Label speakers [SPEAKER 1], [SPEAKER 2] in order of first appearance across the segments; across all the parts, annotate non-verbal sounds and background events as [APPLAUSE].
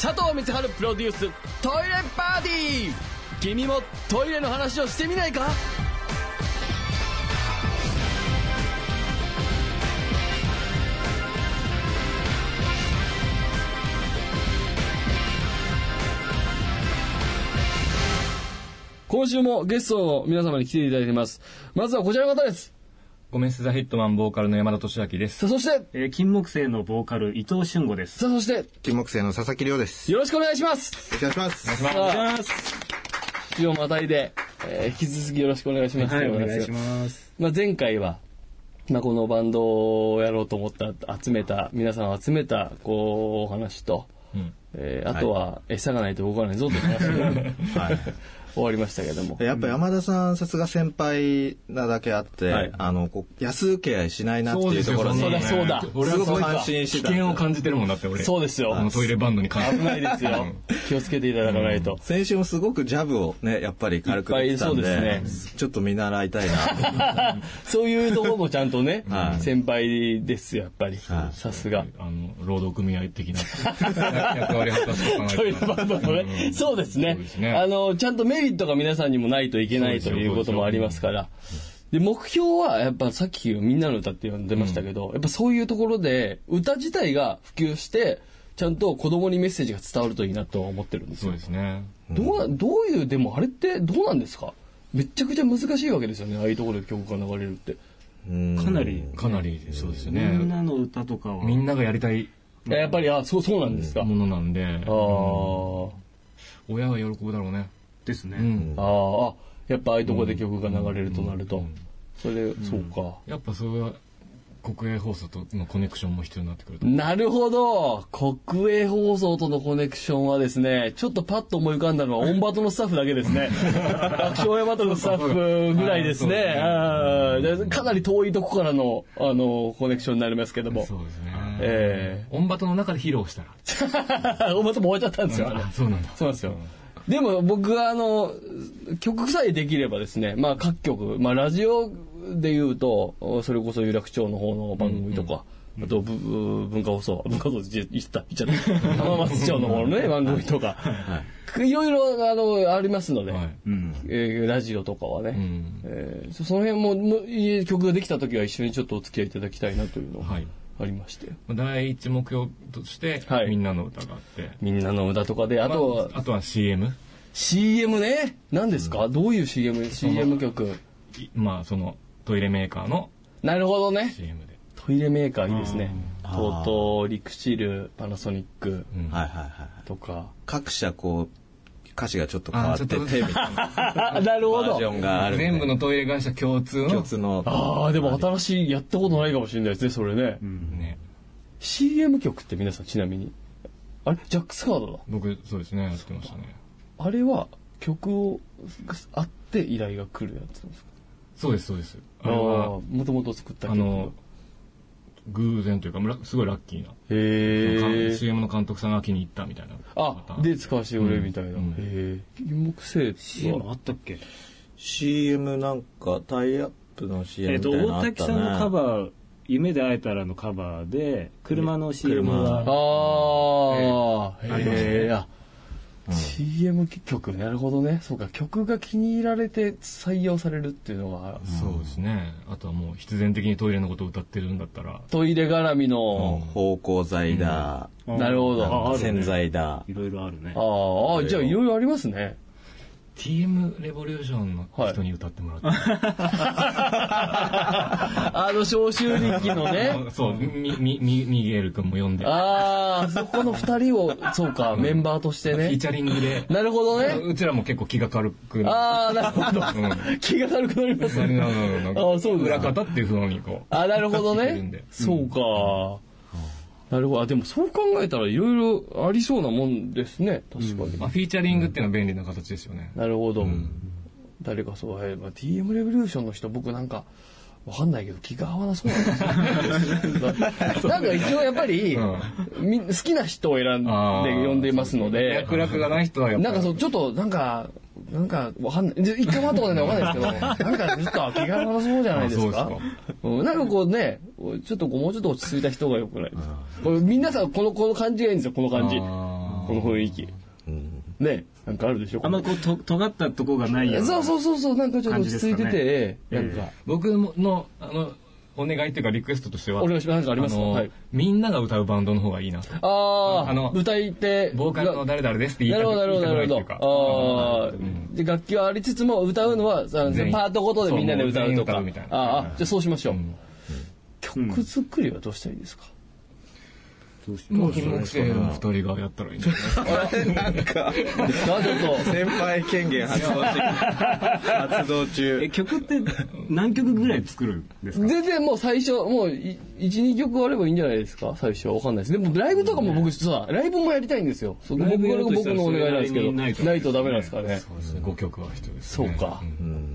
[SPEAKER 1] 佐藤光晴プロデューストイレパーティー君もトイレの話をしてみないか今週もゲストを皆様に来ていただいています。まずはこちらの方です。
[SPEAKER 2] ゴメス・ザ・ヒットマンボーカルの山田俊明です。
[SPEAKER 1] さあ、そして、
[SPEAKER 3] えー金木犀のボーカル、伊藤俊吾です。
[SPEAKER 1] さあ、そして、
[SPEAKER 4] 金木犀の佐々木亮です。よ
[SPEAKER 1] よろしくお願いします。
[SPEAKER 4] ろしくお願いします。
[SPEAKER 1] お願いします。日をまたいで、えー引き続きよろしくお願いします。
[SPEAKER 3] ます。
[SPEAKER 1] まあ、前回は、まあ、このバンドをやろうと思った、集めた、皆さんを集めた、こう、お話と、
[SPEAKER 2] うん
[SPEAKER 1] えーあとは、餌がないと動かないぞという話が終わりましたけども。
[SPEAKER 4] [LAUGHS] やっぱ山田さん、さすが先輩なだけあって、
[SPEAKER 1] はい
[SPEAKER 4] あの、こう安請け合いしないなっていうところに、
[SPEAKER 1] そうですよそうだ
[SPEAKER 2] 俺
[SPEAKER 4] す
[SPEAKER 2] は
[SPEAKER 4] ご
[SPEAKER 2] そう
[SPEAKER 4] く
[SPEAKER 2] か
[SPEAKER 4] 安心して
[SPEAKER 2] 危
[SPEAKER 4] た。
[SPEAKER 2] 険を感じてるもんだって、俺。
[SPEAKER 1] そうですよ
[SPEAKER 2] あ。のトイレバンドに関して。
[SPEAKER 1] 危ないですよ。気をつけていただかないと。
[SPEAKER 4] 先週もすごくジャブをね、やっぱり軽く打ってたんで、
[SPEAKER 1] いっぱいそうで
[SPEAKER 4] ちょっと見習いたいな。
[SPEAKER 1] そういうところもちゃんとね、
[SPEAKER 4] はい
[SPEAKER 1] 先輩ですよ、やっぱり。
[SPEAKER 4] は
[SPEAKER 1] さ
[SPEAKER 4] い
[SPEAKER 1] すが。
[SPEAKER 2] あの、労働組合的な役割を果たして
[SPEAKER 1] [LAUGHS]
[SPEAKER 2] おかないと
[SPEAKER 1] トイレバンドもね。そうですね
[SPEAKER 2] そうですね
[SPEAKER 1] あの、ちゃんとメリットが皆さんにもないといけないと
[SPEAKER 2] そうですよ
[SPEAKER 1] いうこともありますから。で、目標は、やっぱさっきみんなの歌って呼んでましたけど、やっぱそういうところで、歌自体が普及して、ちゃんと子供にメッセージが伝わるといいなと思ってるんです
[SPEAKER 2] そう
[SPEAKER 1] よ
[SPEAKER 2] で。すね。
[SPEAKER 1] どうな、どういう、でもあれってどうなんですかめっちゃくちゃ難しいわけですよね。ああいうところで曲が流れるって。
[SPEAKER 3] かなり、
[SPEAKER 2] かなり、そうです
[SPEAKER 3] みん
[SPEAKER 2] ね。
[SPEAKER 3] なの歌とかは、
[SPEAKER 2] みんながやりたい
[SPEAKER 1] いややっぱり、あ、そう、そうなんですか。
[SPEAKER 2] ものなんで、
[SPEAKER 1] あー
[SPEAKER 2] 親は喜ぶだろうね。
[SPEAKER 3] ですね。
[SPEAKER 2] うん。
[SPEAKER 1] あー、あ、やっぱああいうところで曲が流れるとなると。それ、そうか。
[SPEAKER 2] やっぱそれは、国営放送とのコネクションも必要になってくると。
[SPEAKER 1] なるほど国営放送とのコネクションはですね、ちょっとパッと思い浮かんだのは、オンバトのスタッフだけですね。爆笑ヤバトのスタッフぐらいですね。あーでかなり遠いとこからの、あの、コネクションになりますけども。
[SPEAKER 2] そうですね。
[SPEAKER 1] え
[SPEAKER 2] 音バトの中で披露したら。
[SPEAKER 1] え [LAUGHS] オンバトも終わっちゃったんですよ、あれ
[SPEAKER 2] あそうなんだ。
[SPEAKER 1] そうなんですよ。でも僕はあの、曲さえできればですね、まあ各局、まあラジオで言うと、それこそ有楽町の方の番組とか、あと、ぶ文化放送、文化放送言った、言っちゃった。浜松町の方のね、番組とか、いろいろ、あの、ありますので、
[SPEAKER 2] はい。
[SPEAKER 1] えーラジオとかはね、
[SPEAKER 2] うん。
[SPEAKER 1] えーそその辺ももういい曲ができた時は一緒にちょっとお付き合いいただきたいなというのが
[SPEAKER 2] はい。
[SPEAKER 1] ありまして、
[SPEAKER 2] 第一目標として、
[SPEAKER 1] はい
[SPEAKER 2] みんなの歌があって。
[SPEAKER 1] みんなの歌とかで、あとは、
[SPEAKER 2] あとは CM。
[SPEAKER 1] CM ね何ですか、どういう CM?CM 曲。
[SPEAKER 2] いまあ、その、トイレメーカーの
[SPEAKER 1] なるほどね。
[SPEAKER 2] CM で。
[SPEAKER 1] トイレメーカーいいですね。トートー、リクシル、パナソニック
[SPEAKER 2] うん
[SPEAKER 4] はいはいはい。
[SPEAKER 1] とか。
[SPEAKER 4] 各社こう、歌詞がちょっと変わってて、
[SPEAKER 2] あちょ
[SPEAKER 4] み
[SPEAKER 2] っと
[SPEAKER 4] たいな
[SPEAKER 1] あ、なるほ
[SPEAKER 4] バージョ
[SPEAKER 1] ど。
[SPEAKER 4] ンがあるんで。
[SPEAKER 2] 全部のトイレ会社共通の。
[SPEAKER 4] 共通の。
[SPEAKER 1] ああ、でも新しい、やったことないかもしれないですね、それね。
[SPEAKER 2] ね。
[SPEAKER 1] CM 曲って皆さんちなみに。あれジャックスカードだ。
[SPEAKER 2] 僕、そうですね、やってましたね。
[SPEAKER 1] あれは曲を、あって依頼が来るやつなんですか
[SPEAKER 2] そうです、そうです。あ
[SPEAKER 1] あ
[SPEAKER 2] れは
[SPEAKER 1] あ、、もともと作った
[SPEAKER 2] あ
[SPEAKER 1] 曲。
[SPEAKER 2] の、偶然というか、むらすごいラッキーな。
[SPEAKER 1] へえ。
[SPEAKER 2] CM の監督さんが気に入ったみたいな。
[SPEAKER 1] あ、で使わせてくれみたいな。
[SPEAKER 2] うん
[SPEAKER 1] へえ。金木犀って。
[SPEAKER 3] CM あったっけ
[SPEAKER 4] CM なんか、タイアップの CM
[SPEAKER 3] えっ
[SPEAKER 4] みた
[SPEAKER 3] と、
[SPEAKER 4] いなのあ
[SPEAKER 3] 大
[SPEAKER 4] ったね。
[SPEAKER 3] 滝さんのカバー、夢で会えたらのカバーで、車の CM
[SPEAKER 1] あ
[SPEAKER 3] は、
[SPEAKER 1] あ、
[SPEAKER 2] ええありましたね
[SPEAKER 1] ええあ CM 曲、なるほどね。そうか、曲が気に入られて採用されるっていうのが、
[SPEAKER 2] そうですね。あとはもう必然的にトイレのことを歌ってるんだったら、
[SPEAKER 1] トイレ絡みの、
[SPEAKER 4] 芳香剤だ、
[SPEAKER 3] うん
[SPEAKER 1] なるほど。
[SPEAKER 3] ああるね
[SPEAKER 4] 洗剤だ。
[SPEAKER 3] いろいろあるね。
[SPEAKER 1] ああ、じゃあいろいろありますね。
[SPEAKER 2] TM レボリューションの人に歌ってもら [LAUGHS] って。
[SPEAKER 1] あの、召集力のね。
[SPEAKER 2] あ [LAUGHS] そう、み、み、み、ミゲール君も読んで。
[SPEAKER 1] ああ、そこの二人を、そうか、メンバーとして
[SPEAKER 2] フ [LAUGHS] ィー
[SPEAKER 1] ね。
[SPEAKER 2] チャリングで。
[SPEAKER 1] なるほどね。
[SPEAKER 2] うちらも結構気が軽くな
[SPEAKER 1] ああ、なるほ
[SPEAKER 2] る。
[SPEAKER 1] ど。気が軽くなります
[SPEAKER 2] うん。
[SPEAKER 1] ね。
[SPEAKER 2] なるほど
[SPEAKER 1] あそうです
[SPEAKER 2] 裏方っていうふうにこう。
[SPEAKER 1] あ、なるほど
[SPEAKER 2] 立ってるん
[SPEAKER 1] ね
[SPEAKER 2] で。
[SPEAKER 1] そうか。なるほど。あ、でもそう考えたらいろいろありそうなもんですね。確かに。
[SPEAKER 2] まあ、フィーチャリングっていうのは便利な形ですよね。
[SPEAKER 1] なるほど。誰かそう、えーまあ、TM レボリューションの人、僕なんか、わかんないけど気が合わなそうなん
[SPEAKER 2] [LAUGHS]
[SPEAKER 1] ですよなんか一応やっぱり、み好きな人を選んで
[SPEAKER 2] あー
[SPEAKER 1] 呼んでますので
[SPEAKER 2] 脈絡がない人はやっ
[SPEAKER 1] な
[SPEAKER 2] ぱり
[SPEAKER 1] んかそうちょっとなんかなんかわかんないじゃ一回も会ったことないんでわかんないですけどなんかちょっと気が合わなそうじゃないです
[SPEAKER 2] あ
[SPEAKER 1] か
[SPEAKER 2] そうで
[SPEAKER 1] うんなんかこうねちょっとこうもうちょっと落ち着いた人がよくないですかこれ皆さんこのこの感じがいいんですよこの感じこ
[SPEAKER 2] あ
[SPEAKER 1] の雰囲気ねなんかあるでしょ
[SPEAKER 3] あんまりこうと尖ったとこがないような
[SPEAKER 1] そうそうそうそうなんかちょっと落ち着いて
[SPEAKER 3] 感じ
[SPEAKER 1] て、なんか、
[SPEAKER 2] ー僕のあのお願いっていうかリクエストとしては
[SPEAKER 1] お願いしますなんかありますか
[SPEAKER 2] の
[SPEAKER 1] はい
[SPEAKER 2] みんなが歌うバンドの方がいいなと
[SPEAKER 1] ああ
[SPEAKER 2] あの
[SPEAKER 1] 歌い手
[SPEAKER 2] ボーカルの誰々ですって言
[SPEAKER 1] ないる
[SPEAKER 2] た
[SPEAKER 1] ほ
[SPEAKER 2] く
[SPEAKER 1] どなるほどな
[SPEAKER 2] 言い
[SPEAKER 1] る
[SPEAKER 2] たくないっていう
[SPEAKER 1] ほ
[SPEAKER 2] か
[SPEAKER 1] どあーで楽器はありつつも歌うのはあの
[SPEAKER 2] 全員
[SPEAKER 1] パートごとでみんなで歌うと
[SPEAKER 2] そ
[SPEAKER 1] か
[SPEAKER 2] うもう全員歌うみたいな
[SPEAKER 1] あーあじゃあそうしましょう、
[SPEAKER 2] うん
[SPEAKER 1] 曲作りはどうしたらいいですか、
[SPEAKER 3] そうし
[SPEAKER 2] もう金木犀の二人がやったらいいんじゃないですか
[SPEAKER 4] なんか、
[SPEAKER 1] ですかちょっと [LAUGHS]
[SPEAKER 4] 先輩権限発動してきた発動
[SPEAKER 3] え
[SPEAKER 1] [LAUGHS]
[SPEAKER 4] 中。
[SPEAKER 3] 曲って何曲ぐらい作るんですか
[SPEAKER 1] 全然もう最初もう12曲あればいいんじゃないですか最初わかんないですでもライブとかも僕実はライブもやりたいんですよそこ
[SPEAKER 3] ライ
[SPEAKER 1] 僕
[SPEAKER 3] ブや
[SPEAKER 1] こ
[SPEAKER 3] る
[SPEAKER 1] れ
[SPEAKER 3] と
[SPEAKER 1] が
[SPEAKER 3] し
[SPEAKER 1] 僕
[SPEAKER 3] たら
[SPEAKER 1] のお願いなんですけ
[SPEAKER 3] それ
[SPEAKER 1] ど
[SPEAKER 3] なりに
[SPEAKER 1] な
[SPEAKER 3] ないい
[SPEAKER 1] と
[SPEAKER 3] と
[SPEAKER 1] ダメなんですからね
[SPEAKER 2] そうですね5曲は必要ですね
[SPEAKER 1] そうか
[SPEAKER 2] ん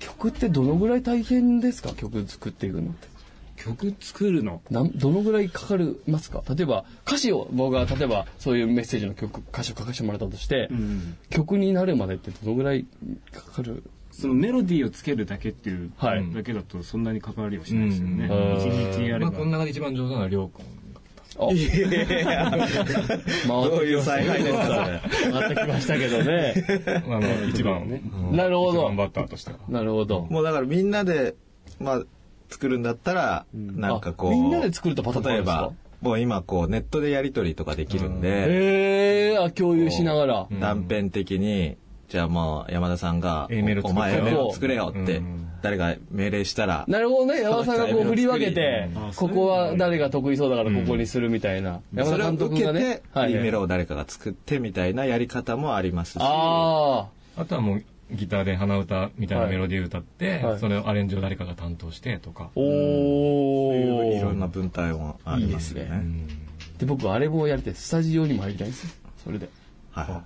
[SPEAKER 1] 曲ってどのぐらい大変ですか曲作っていくのって
[SPEAKER 3] 曲作るの
[SPEAKER 1] なんどのぐらいかかりますか例えば歌詞を僕が例えばそういうメッセージの曲歌詞を書かせてもらったとして、
[SPEAKER 3] ん
[SPEAKER 1] 曲になるまでってどのぐらいかかる
[SPEAKER 3] そのメロディーをつけるだけっていう
[SPEAKER 1] はい
[SPEAKER 3] だけだとそんなに関わりはしないですよね
[SPEAKER 2] う
[SPEAKER 3] 一
[SPEAKER 1] ん
[SPEAKER 3] 日やれ
[SPEAKER 2] まあ
[SPEAKER 3] ば
[SPEAKER 2] この中で一番上手なのはりょうくん
[SPEAKER 1] あ
[SPEAKER 4] どういう
[SPEAKER 1] 回
[SPEAKER 4] 采配ですかね
[SPEAKER 1] ってきましたけどね [LAUGHS]
[SPEAKER 2] あの一番ね
[SPEAKER 1] なるほど
[SPEAKER 2] 頑張ったとしたら
[SPEAKER 1] なるほど
[SPEAKER 4] もうだからみんなで、まあ、作るんだったら、なんかこ
[SPEAKER 1] あ
[SPEAKER 4] う。
[SPEAKER 1] みんなで作るとパターンあ
[SPEAKER 4] 例
[SPEAKER 1] る
[SPEAKER 4] え
[SPEAKER 1] んですか
[SPEAKER 4] ば、もう今こうネットでやり取りとかできるんで、
[SPEAKER 1] へえあ共有しながら、
[SPEAKER 4] 断片的に、じゃあもう山田さんが
[SPEAKER 2] A メール、
[SPEAKER 4] お
[SPEAKER 2] 作って
[SPEAKER 4] 前 A メール作れよって
[SPEAKER 2] うん、
[SPEAKER 4] 誰が命令したら、
[SPEAKER 1] なるほどね山田さんがこう振り分けて
[SPEAKER 3] うんあ
[SPEAKER 1] ここは誰が得意そうだからここにするみたいな、山
[SPEAKER 4] そ
[SPEAKER 1] 田
[SPEAKER 4] れを
[SPEAKER 1] 監
[SPEAKER 4] 受
[SPEAKER 1] 督
[SPEAKER 4] け
[SPEAKER 1] が
[SPEAKER 4] て
[SPEAKER 1] ね、はい
[SPEAKER 4] E メロを誰かが作ってみたいなやり方もありますし、
[SPEAKER 1] ああ
[SPEAKER 2] あとはもうギターで鼻歌みたいなメロディー歌って、
[SPEAKER 1] はい
[SPEAKER 2] それをアレンジを誰かが担当してとか、
[SPEAKER 1] お
[SPEAKER 4] い
[SPEAKER 1] お
[SPEAKER 4] ろんな分体もありますよ
[SPEAKER 1] いいです
[SPEAKER 4] ね。
[SPEAKER 1] で僕あれもやりたいスタジオにも入りたいんですよそれで
[SPEAKER 4] は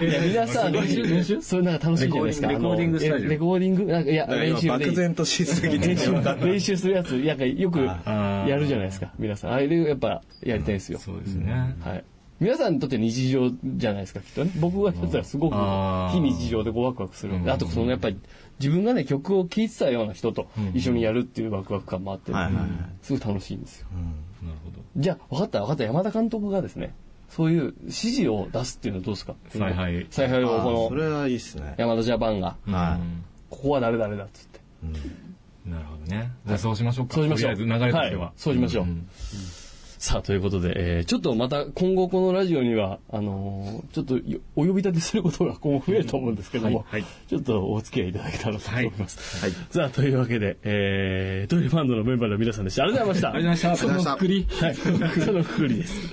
[SPEAKER 4] い
[SPEAKER 1] や皆さん練習練習それなんか楽しいんじゃないですか
[SPEAKER 3] レコーディング
[SPEAKER 1] あの
[SPEAKER 3] レコーディン
[SPEAKER 1] えレコーディ
[SPEAKER 3] グスタジオ
[SPEAKER 1] ングなんかいや
[SPEAKER 4] だから
[SPEAKER 1] 練習
[SPEAKER 4] 今
[SPEAKER 1] でい
[SPEAKER 4] 漠
[SPEAKER 1] い
[SPEAKER 4] 然としすぎて
[SPEAKER 1] 練
[SPEAKER 4] しまった
[SPEAKER 1] 習練習するやつなんかよく
[SPEAKER 2] あー
[SPEAKER 1] やるじゃないですか皆さんあれやっぱやりたいんですよ、
[SPEAKER 2] そうですね、
[SPEAKER 1] はい皆さんにとって日常じゃないですかきっとね僕は一つはすごく
[SPEAKER 2] あー
[SPEAKER 1] 非日常でこうワクワクするんで
[SPEAKER 2] うん
[SPEAKER 1] あとそのやっぱり自分がね曲を聴いてたような人と一緒にやるっていうワクワク感もあって、
[SPEAKER 4] はいはいはい
[SPEAKER 1] すごい楽しいんですよ
[SPEAKER 2] なるほど
[SPEAKER 1] じゃあ、分かった、分かった、山田監督がですね、そういう指示を出すっていうのはどうですか
[SPEAKER 2] 采配
[SPEAKER 1] 采配を
[SPEAKER 4] あー
[SPEAKER 1] こ
[SPEAKER 4] そ
[SPEAKER 1] の、
[SPEAKER 4] れはいいですね。
[SPEAKER 1] 山田ジャパンが、
[SPEAKER 4] は
[SPEAKER 1] ここは誰々だっつって。
[SPEAKER 2] いなるほどねじゃあそうしましょうか
[SPEAKER 1] そうしましょう。
[SPEAKER 2] とりあえず流れとしては、
[SPEAKER 1] いそうしましょう。
[SPEAKER 2] ん
[SPEAKER 1] さあ、ということで、えーちょっとまた今後このラジオには、あのーちょっとよお呼び立てすることが今後増えると思うんですけども、
[SPEAKER 3] はいはい
[SPEAKER 1] ちょっとお付き合いいただけたらと思います。
[SPEAKER 4] はい
[SPEAKER 1] さあ、というわけで、えートイレバンドのメンバーの皆さんでした。ありがとうございました。
[SPEAKER 3] ありがとうございましたそのくくり
[SPEAKER 1] はい、そのくくりです。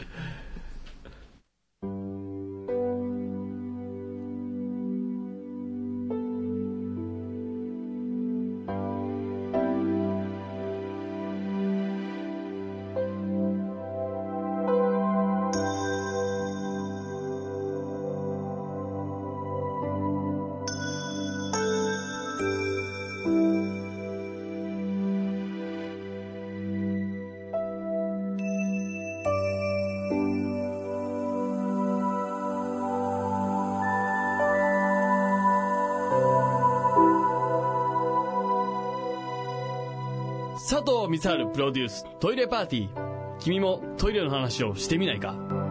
[SPEAKER 1] 佐藤光春プロデューストイレパーティー君もトイレの話をしてみないか